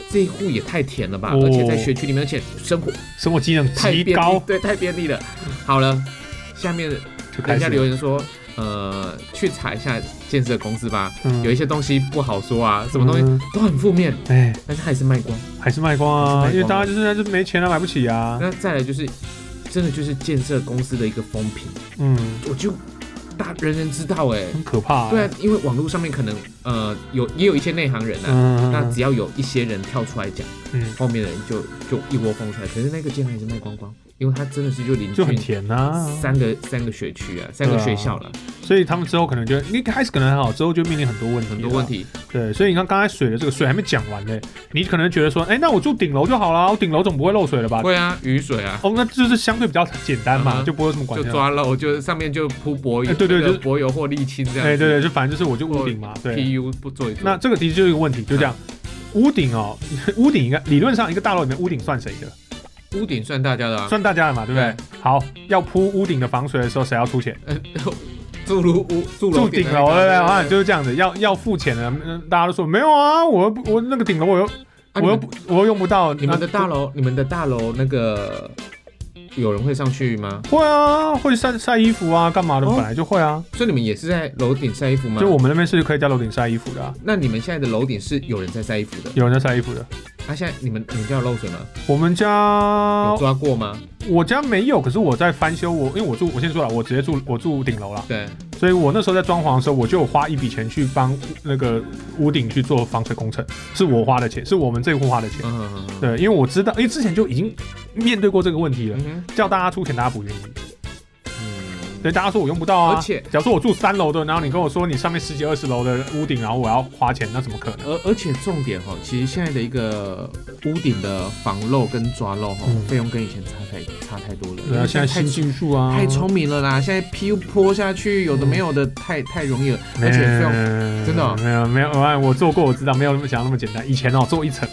这一户也太甜了吧，哦而且在学区里面，而且生活生活机能太哦极便利高，对，太便利了。好了，下面就开人始家留了言说，呃，去查一下建设公司吧，嗯有一些东西不好说啊，什么东西嗯都很负面，哎，但是还是卖光。还是卖光啊，还是卖光因为大家就是就是没钱了，买不起啊。那再来就是，真的就是建设公司的一个风评，嗯，我就大人人知道哎、很可怕。对啊，，因为网络上面可能呃有也有一些内行人啊，那嗯只要有一些人跳出来讲，嗯，后面的人就就一窝蜂出来。可是那个建案还是卖光光，因为它真的是就邻嗯就很居甜呐。三个三个学区啊，三个对啊学校了，所以他们之后可能就一开始可能很好，之后就面临很多问题，很多问。题。对，所以你看刚才水的这个水还没讲完呢，你可能觉得说，哎，那我住顶楼就好啦，我顶楼总不会漏水了吧？会啊，雨水啊，哦，那就是相对比较简单嘛，嗯哼就不会有什么管就线。抓漏，就上面就铺柏油，哎对对那个就是柏油或沥青这样。哦哎、对对，就反正就是我就屋顶嘛，对。 ，PU 不做一做。那这个的确就是一个问题，就这样，屋顶哦， 屋顶应该理论上一个大楼里面屋顶算谁的？屋顶算大家的啊，算大家的嘛，对不对？好，要铺屋顶的防水的时候，谁要出钱？ 住楼屋住住楼顶的那楼对不个对？啊，就是这样子，要要付钱的，嗯大家都说没有啊，我又不我那个顶楼我又啊我又你们不我又用不到，你们的那大楼，你们的大楼那个有人会上去吗？会啊，会晒晒衣服啊，干嘛的？哦本来就会啊，所以你们也是在楼顶晒衣服吗？就我们那边是可以在楼顶晒衣服的啊、那你们现在的楼顶是有人在晒衣服的？有人在晒衣服的。那、现在你们你们家有漏水吗？我们家有抓过吗？我我家没有，可是我在翻修我，因为我住我先说了，我直接住我住顶楼啦，对，所以我那时候在装潢的时候，我就有花一笔钱去帮那个屋顶去做防水工程，是我花的钱，是我们这一户花的钱。嗯，对，因为我知道，因为之前就已经面对过这个问题了，嗯叫大家出钱，大家不愿意。哼，对，大家说我用不到啊。而且假如说我住三楼的，然后你跟我说你上面十几二十楼的屋顶，然后我要花钱，那怎么可能？而而且重点哈，其实现在的一个屋顶的防漏跟抓漏哈嗯，费、用跟以前差太差太多了。对啊，现在太新技术啊，太聪明了啦！现在 PU 泼下去，有的没有的，太太容易了，而且费用嗯真的哦没有没有，我我做过，我知道没有那么想那么简单。以前哦，做一层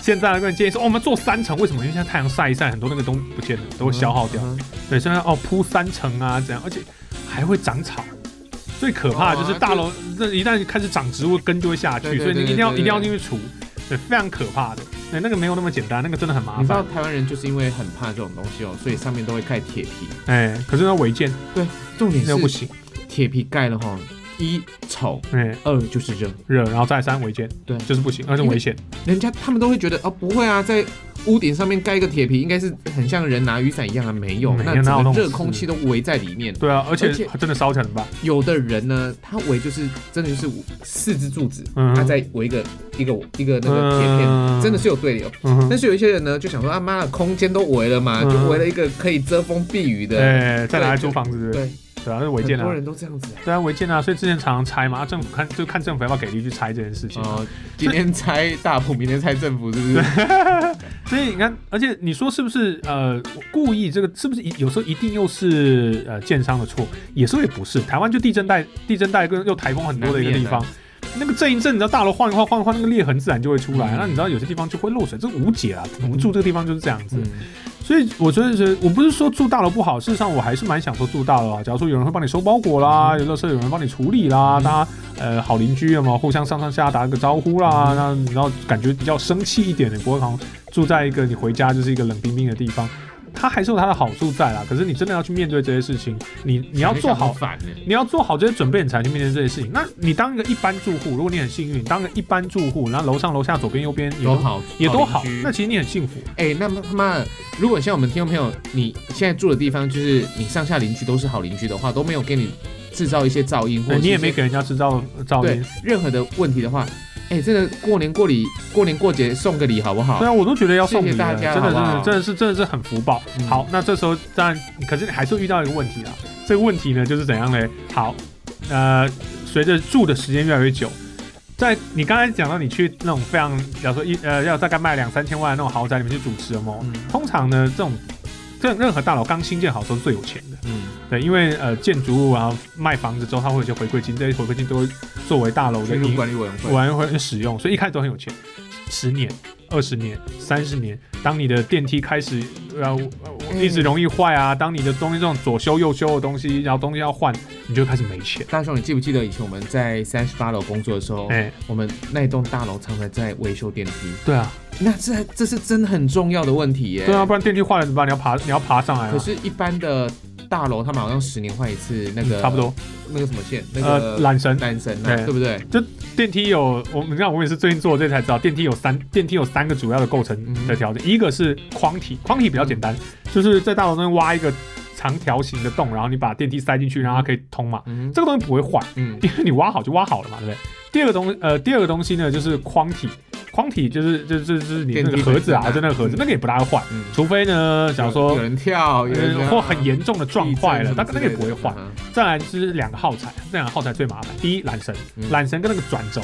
现在跟人建议说、哦，我们做三层，为什么？因为现在太阳晒一晒，很多那个东西不见了，都会消耗掉。嗯对，现在哦铺三层啊，怎样，而且还会长草。最可怕的就是哦大楼这一旦开始长植物，根就会下去，对对所以你一定要对对对一定要进去除，对，非常可怕的。对，那个没有那么简单，那个真的很麻你知道烦。台湾人就是因为很怕这种东西哦，所以上面都会盖铁皮。哎，可是那违建重点那又不是行，铁皮盖了哈，一丑，哎，二就是热。热，然后再三违建，对就是不行，而且因为危险。人家他们都会觉得哦，不会啊，在屋顶上面盖一个铁皮，应该是很像人拿雨伞一样啊，没有，没有那哪有那整个种热事空气都围在里面。对啊，而且而且真的烧起来怎么办？有的人呢，他围就是真的就是四支柱子，嗯他再围一个一个一个那个铁片，嗯真的是有对哦流。嗯哼但是有一些人呢，就想说啊妈的，空间都围了嘛，嗯就围了一个可以遮风避雨的。哎，再拿来租房子，对，对啊，那是违很建啊多。人都这样子。对啊，违建啊，所以之前常常拆嘛，啊政府看就看政府要不要给力去拆这件事情。啊哦，今天拆大埔，明天拆政府，是不是？所以你看，而且你说是不是呃故意这个是不是一有时候一定又是呃建商的错？有时候也不是，台湾就地震带地震带跟又台风很多的一个地难免方。那个震一震，你知道大楼晃一晃，晃一晃，那个裂痕自然就会出来。啊嗯那你知道有些地方就会漏水，这无解啊。我们住这个地 方就是这样子。嗯，所以我真的觉得，我不是说住大楼不好，事实上我还是蛮享受住大楼啊。假如说有人会帮你收包裹啦，有的时候有人帮你处理啦，嗯大家呃好邻居嘛，互相上上下打个招呼啦，那你知道感觉比较生气一点，你不会好像住在一个你回家就是一个冷冰冰的地方，它还是有它的好处在啦。可是你真的要去面对这些事情，你你要做好反呢。你要做好这些准备，你才去面对这些事情。那你当一个一般住户，如果你很幸运，你当个一般住户，然后楼上楼下左边右边也都都好，也都好邻居，那其实你很幸福。哎、那么他妈的，如果像我们听众朋友，你现在住的地方就是你上下邻居都是好邻居的话，都没有给你制造一些噪音，或呃者是你一也些没给人家制造噪对音，任何的问题的话，哎、真的过年过礼，过年过节送个礼好不好？对啊，我都觉得要送礼谢谢大了，家真的真好不的好真的是真的是很福报嗯。好，那这时候当然，可是你还是会遇到一个问题啦。这个问题呢，就是怎样嘞？好，呃，随着住的时间越来越久，在你刚才讲到你去那种非常，假如说一呃要大概卖两三千万的那种豪宅里面去主持嘛，嗯通常呢这种。这任何大楼刚新建好的时候是最有钱的，嗯，对，因为呃建筑物然后卖房子之后，它会有一些回馈金，这些回馈金都会作为大楼的进入盈管理委员会，玩会使用，所以一开始都很有钱。十年、二十年、三十年，当你的电梯开始呃嗯一直容易坏啊，当你的东西这种左修右修的东西，然后东西要换，你就开始没钱。大雄，你记不记得以前我们在三十八楼工作的时候，哎、我们那一栋大楼常常在维修电梯？对啊，那这这是真的很重要的问题耶。对啊，不然电梯坏了怎么办？你要爬，你要爬上来啊可，是，一般的大楼他们好像十年换一次那个、嗯差不多。那个什么线，那呃，个缆绳单身啊，对对不对？电梯有我，你看我也是最近做这才知道，电梯有三电梯有三个主要的构成嗯的条件，一个是框体，框体比较简单，就是在大楼中挖一个长条形的洞，然后你把电梯塞进去，让它可以通嘛。嗯这个东西不会坏，嗯因为你挖好就挖好了嘛，对不对？第二个东呃，第二个东西呢就是框体，框体就是就是就是你那个盒子啊，电就梯本身啊那个盒子，嗯那个也不大会坏，嗯，除非呢，假如说有人跳，有人呃啊或很严重的撞坏了，但那个也不会坏。。地再来就是两个耗材，这两个耗材最麻烦，第一缆绳，嗯缆绳跟那个转轴。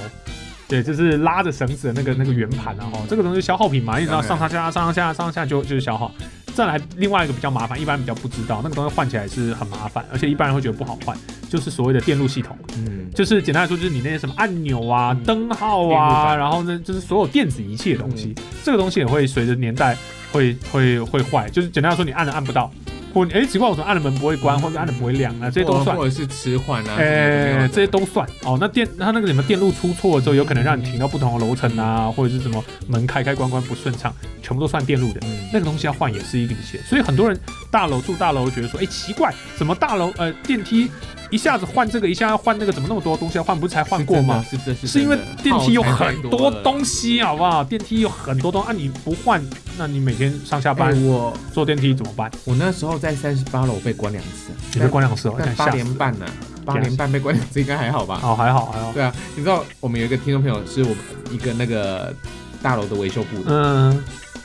对，就是拉着绳子的那个那个圆盘啊，哈，这个东西消耗品嘛，你知道上当然上下下上上下下上上下就就是消耗。再来另外一个比较麻烦，一般比较不知道，那个东西换起来是很麻烦，而且一般人会觉得不好换，就是所谓的电路系统。震什么之类的嗯，就是简单来说，就是你那些什么按钮啊、嗯灯号电路啊，板然后呢，就是所有电子仪器的东西，这个东西也会随着年代会会会坏。就是简单来说，你按了按不到，或哎奇怪，我怎么按了门不会关，或者按了不会亮嗯啊，这些都算。或者是迟缓啊，哎、这这些都算哦。那电，它那个什么电路出错了之后，有可能让你停到不同的楼层啊，或者是什么门开开关关不顺畅，全部都算电路的。嗯那个东西要换也是一个笔钱，所以很多人大楼住大楼觉得说，哎、奇怪，怎么大楼呃电梯一下子换这个，一下要换那个，怎么那么多东西要换？不是才换过吗？是这是是因为电梯有很多东。东西，好不好？电梯有很多东西，啊，你不换，那你每天上下班、哎我坐电梯怎么办？我那时候在三十八楼被关两次啊，你被关两次哦，但看八吓死点了。半呢，八点半被关两次应该还好吧？哦，还好还好，对啊，你知道我们有一个听众朋友是我们一个那个大楼的维修部的嗯，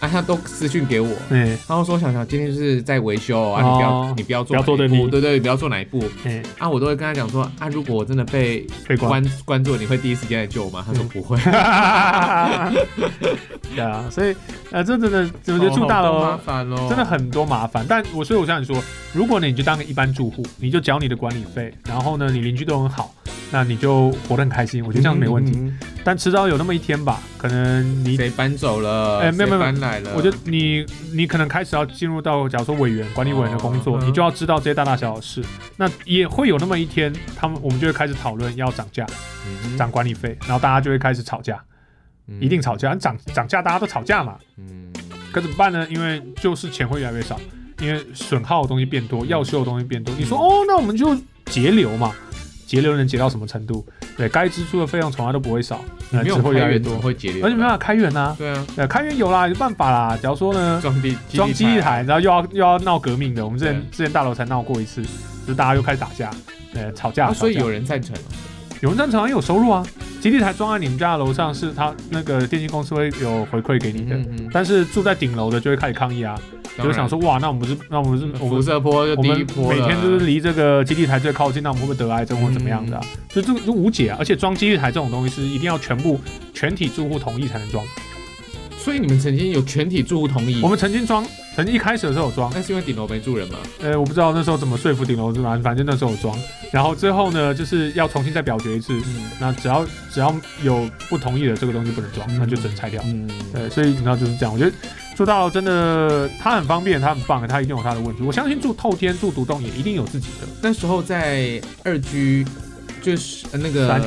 啊，他都私讯给我，哎、然后说小乔今天就是在维修啊，你不要、哦你不要不要做做哪一对立步对对，你不要做哪一步哎、 啊，我都会跟他讲说啊，如果我真的被被关。关关注了，你会第一时间来救我吗？他说嗯不会，对啊，所以呃，这真的， 我觉得住大哦好多楼麻烦哦，真的很多麻烦。但我所以我想你说，如果呢你就当个一般住户，你就缴你的管理费，然后呢你邻居都很好，那你就活得很开心，我我觉得这样没问题。题。但迟早有那么一天吧，可能你。嗯谁搬走了？哎没有谁没有搬来了。我觉得你你可能开始要进入到，假如说委员、管理委员的工作，哦嗯你就要知道这些大大小小事。那也会有那么一天，他们我们就会开始讨论要涨价、嗯涨管理费，然后大家就会开始吵架，一定。吵架。嗯涨涨价大家都吵架嘛，嗯可怎么办呢？因为就是钱会越来越少，因为损耗的东西变多，要修的东西变多。你嗯说哦，那我们就节流嘛，节流能节到什么程度？对该支出的费用从来都不会少，嗯，那没只有会越开来越源怎多么，会节流呢？而且没办法开源呐、对啊，呃，开源有啦，有办法啦。假如说呢，装地装基地啊台，，然后又要又要闹革命的，我们之前对之前大楼才闹过一次，就是大家又开始打架，呃，吵架。啊所以吵架有人赞成哦。有人赞成，有收入啊。基地台装在你们家的楼上，是他那个电信公司会有回馈给你的。嗯但是住在顶楼的就会开始抗议啊，就会想，说哇，那我们是那我们是当然我嗯辐们射波就我第们一波每了天就是离这个基地台最靠近，那我们会不会得癌症或怎么样的、啊？嗯所以这个就无解啊！而且装基地台这种东西是一定要全部全体住户同意才能装。嗯所以你们曾经有全体住户同意我，们曾经装，曾经一开始的时候有装，那是因为顶楼没住人嘛？呃，我不知道那时候怎么说服顶楼主嘛，反正那时候有装。然后最后呢，就是要重新再表决一次。嗯那只要只要有不同意的这个东西不能装，嗯那就只能拆掉。嗯，对，所以你知道就是这样。我觉得住大楼真的，它很方便，它很棒，它一定有它的问题。我相信住透天、住独栋也一定有自己的。那时候在二居，就是呃那个三。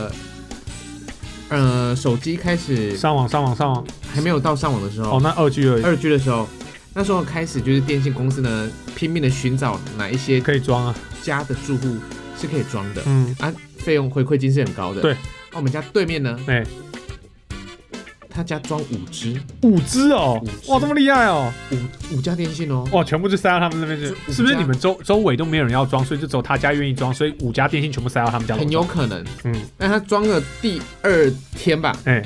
呃，手机开始上网、上网、上网，还没有到上网的时候，哦，那二 G 而已二 G 的时候，那时候开始就是电信公司呢拼命的寻找哪一些可以装啊。家的住户是可以装的，嗯，啊，费用回馈金是很高的。对那我们家对面呢，哎、他家装五只五只哦五，只哇，这么厉害哦，五五家电信哦，哇，全部就塞到他们那边就五去，家是不是？你们周周围都没有人要装，所以就只有他家愿意装，所以五家电信全部塞到他们家楼很上。有可能。嗯，那他装了第二天吧，哎、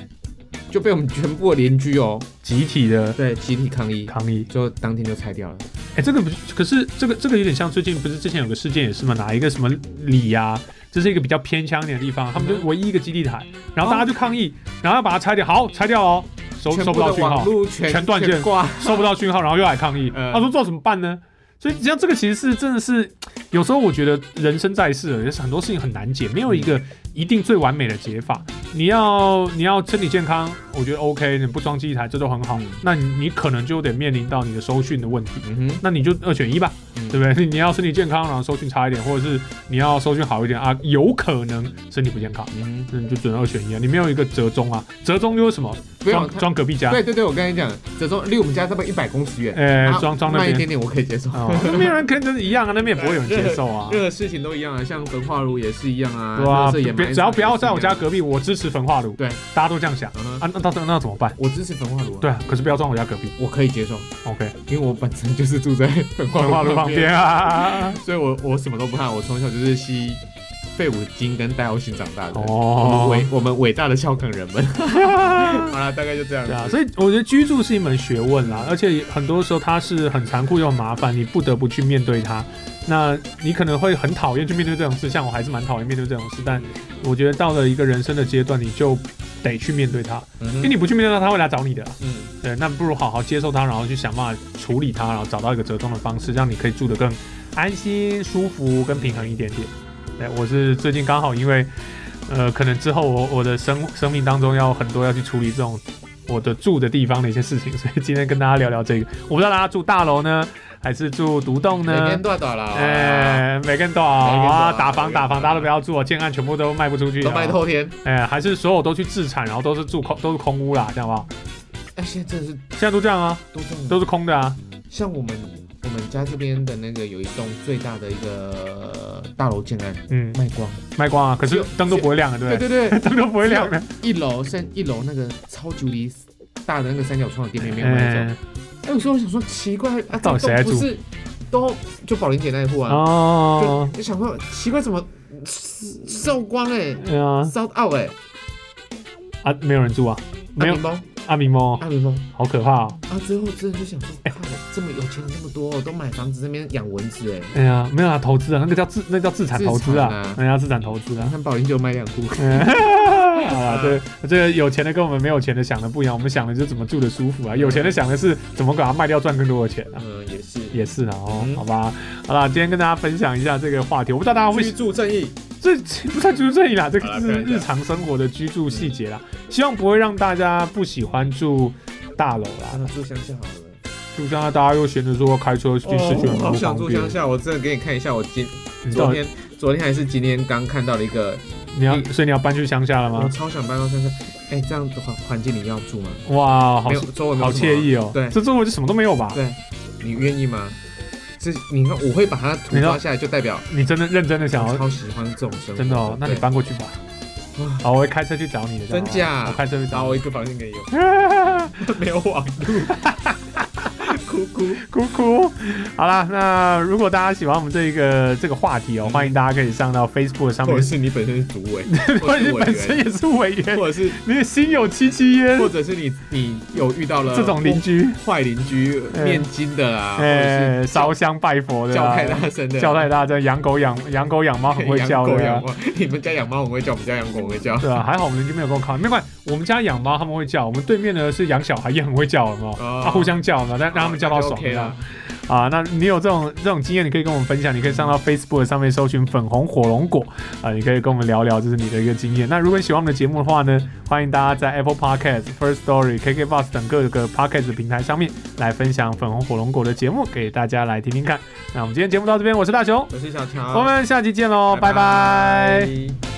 就被我们全部的邻居哦，集体的对，集体抗议，抗议。就当天就拆掉了。哎、这个不是，可是这个这个有点像最近不是之前有个事件也是嘛，哪一个什么里呀、这是一个比较偏乡一点的地方，他们就嗯哦唯一一个基地台，然后大家就抗议，然后要把它拆掉，好，拆掉哦，收全收部不到的讯网号，路全全断全线挂，收不到讯号，然后又来抗议，嗯他说这怎么办呢？所以像这个其实是真的是，有时候我觉得人生在世啊，也是很多事情很难解，没有一个一定最完美的解法。你要你要身体健康，我觉得 OK，你不装基地台这都很好嗯，那你你可能就得面临到你的收讯的问题。嗯哼，那你就二选一吧，嗯对不对？你要身体健康，然后收讯差一点，或者是你要收讯好一点啊，有可能身体不健康，嗯那你就只能二选一啊。你没有一个折中啊，折中就是什么？哼，不用装他。装隔壁家，对对对，我跟你讲，这中离我们家大概一百公尺远，呃啊，装装那慢一边。点点我可以接受。哦，那边人跟真的一样啊，那边也不会有人接受 啊。任何事情都一样啊，像焚化炉也是一样啊，对啊，垃圾也别埋只要不要也是一在样我家。隔壁，我支持焚化炉。对，大家都这样想嗯哼啊，那到底那怎么办？我支持焚化炉、啊，对啊，可是不要装我家隔壁。我可以接受， OK，因为我本身就是住在 焚焚化化炉炉旁旁边，边啊。所以我我什么都不怕，我从小就是吸废五精跟代奥辛长大的。 我们哦，伟我们伟大的孝梗人 们，好啦，大概就这样对啊，子。所以我觉得居住是一门学问啦，而且很多时候它是很残酷又很麻烦，你不得不去面对它。那你可能会很讨厌去面对这种事，像我还是蛮讨厌面对这种事，但我觉得到了一个人生的阶段，你就得去面对它，嗯因为哼你不去面对它，它会来找你的啊。嗯，对，那不如好好接受它，然后去想办法处理它，然后找到一个折中的方式，让你可以住得更安心、舒服、跟平衡一点点。对，我是最近刚好因为，呃，可能之后我我的生生命当中要很多要去处理这种我的住的地方的一些事情，所以今天跟大家聊聊这个。我不知道大家住大楼呢，还是住独栋每呢天？多少啦？哎，哎，每个人都好每个人都啊，好打房每个打人都好房，大家都不要住哦，建案全部都卖不出去都啊，卖透天。哎，还是所有都去自产，然后都是住空，都是空屋啦，这样好不好？哎，现在真的是现在都这样啊，都这样都是空的啊。像我们我们家这边的那个有一栋最大的一个呃大楼建案嗯，卖光，卖光啊，可只是有灯都不会亮的，对不对对？对对，灯都不会亮的，一楼剩一楼那个超级无敌大的那个三角窗的店面没有卖走。嗯，哎、有时候我想说奇怪，啊，到底谁在这栋不是都就宝林姐那一户啊，哦，就就想说奇怪怎么售光哎、对啊，烧到哎，啊，没有人住啊，阿没有明猫，阿明猫，阿明猫好可怕哦。啊，最后真的就想说，看这么有钱人那么多，都买房子这边养蚊子哎、哎呀，没有啊，投资啊，那个叫自，那个叫自产投资自产啊啊，那叫自产投资你啊。 看宝林姐有卖两户，嗯啊，对，这个有钱的跟我们没有钱的想的不一样，我们想的是怎么住的舒服啊，有钱的想的是怎么把它卖掉赚更多的钱啊，呃嗯，也是。也是啊，哦，嗯好吧，好啦，今天跟大家分享一下这个话题，我不知道大家会居住正义，这这不算居住正义啦，这好个啦是不然这日样常生活的居住细节啦，希望不会让大家不喜欢住大楼啦，啊，住乡下好了。就像大家又嫌着说开车去市区哦很我不好方想住便乡，下，我真的给你看一下，我今你嗯到昨底天昨天还是今天刚看到了一个，你要所以你要搬去乡下了我吗？超想搬到乡下。哎，这样的环环境你要住吗？哇，好没有，周围没有好什么惬。意哦，对这周围就什么都没有吧？对，你愿意吗？这你看，我会把它涂你知道画下来，就代表你真的认真的想我要超喜欢这种生活。真的哦？那你对搬过去吧。哇好，我会开车去找你的。这样真假好我开车去然找后你。我一个房间给你用， 没有网路， 哭哭。 哭哭。好啦，那如果大家喜欢我们这一个这个话题哦，嗯欢迎大家可以上到 Facebook 上或面者，是你本身是主 委，或或者是者是委本身员，也是委员，或者是你的心有戚戚焉。或者是你你有遇到了这种邻居，坏邻居嗯念经的啊，或者呃，烧香拜佛是的叫啊，太大声的，叫太大声，养狗养养狗养 猫很会叫养狗的养啊。猫，你们家养猫很会叫，我们家养狗很会叫。 对啊，还好我们邻居没有跟我靠，没关系。我们家养猫，他们会叫；我们对面呢是养小孩，也很会叫，有没有？哦啊，互相叫嘛，但让他们叫到爽 OK 这样啦。啊，那你有这种这种经验，你可以跟我们分享。你可以上到 Facebook 上面搜寻“粉红火龙果”，啊，你可以跟我们聊聊，这是你的一个经验。那如果你喜欢我们的节目的话呢，欢迎大家在 Apple Podcast、First Story、KK Bus 等各个 Podcast 的平台上面来分享粉红火龙果的节目，给大家来听嗯听看。那我们今天节目到这边，我是大雄，哦我是小乔，我们下期见喽，拜拜拜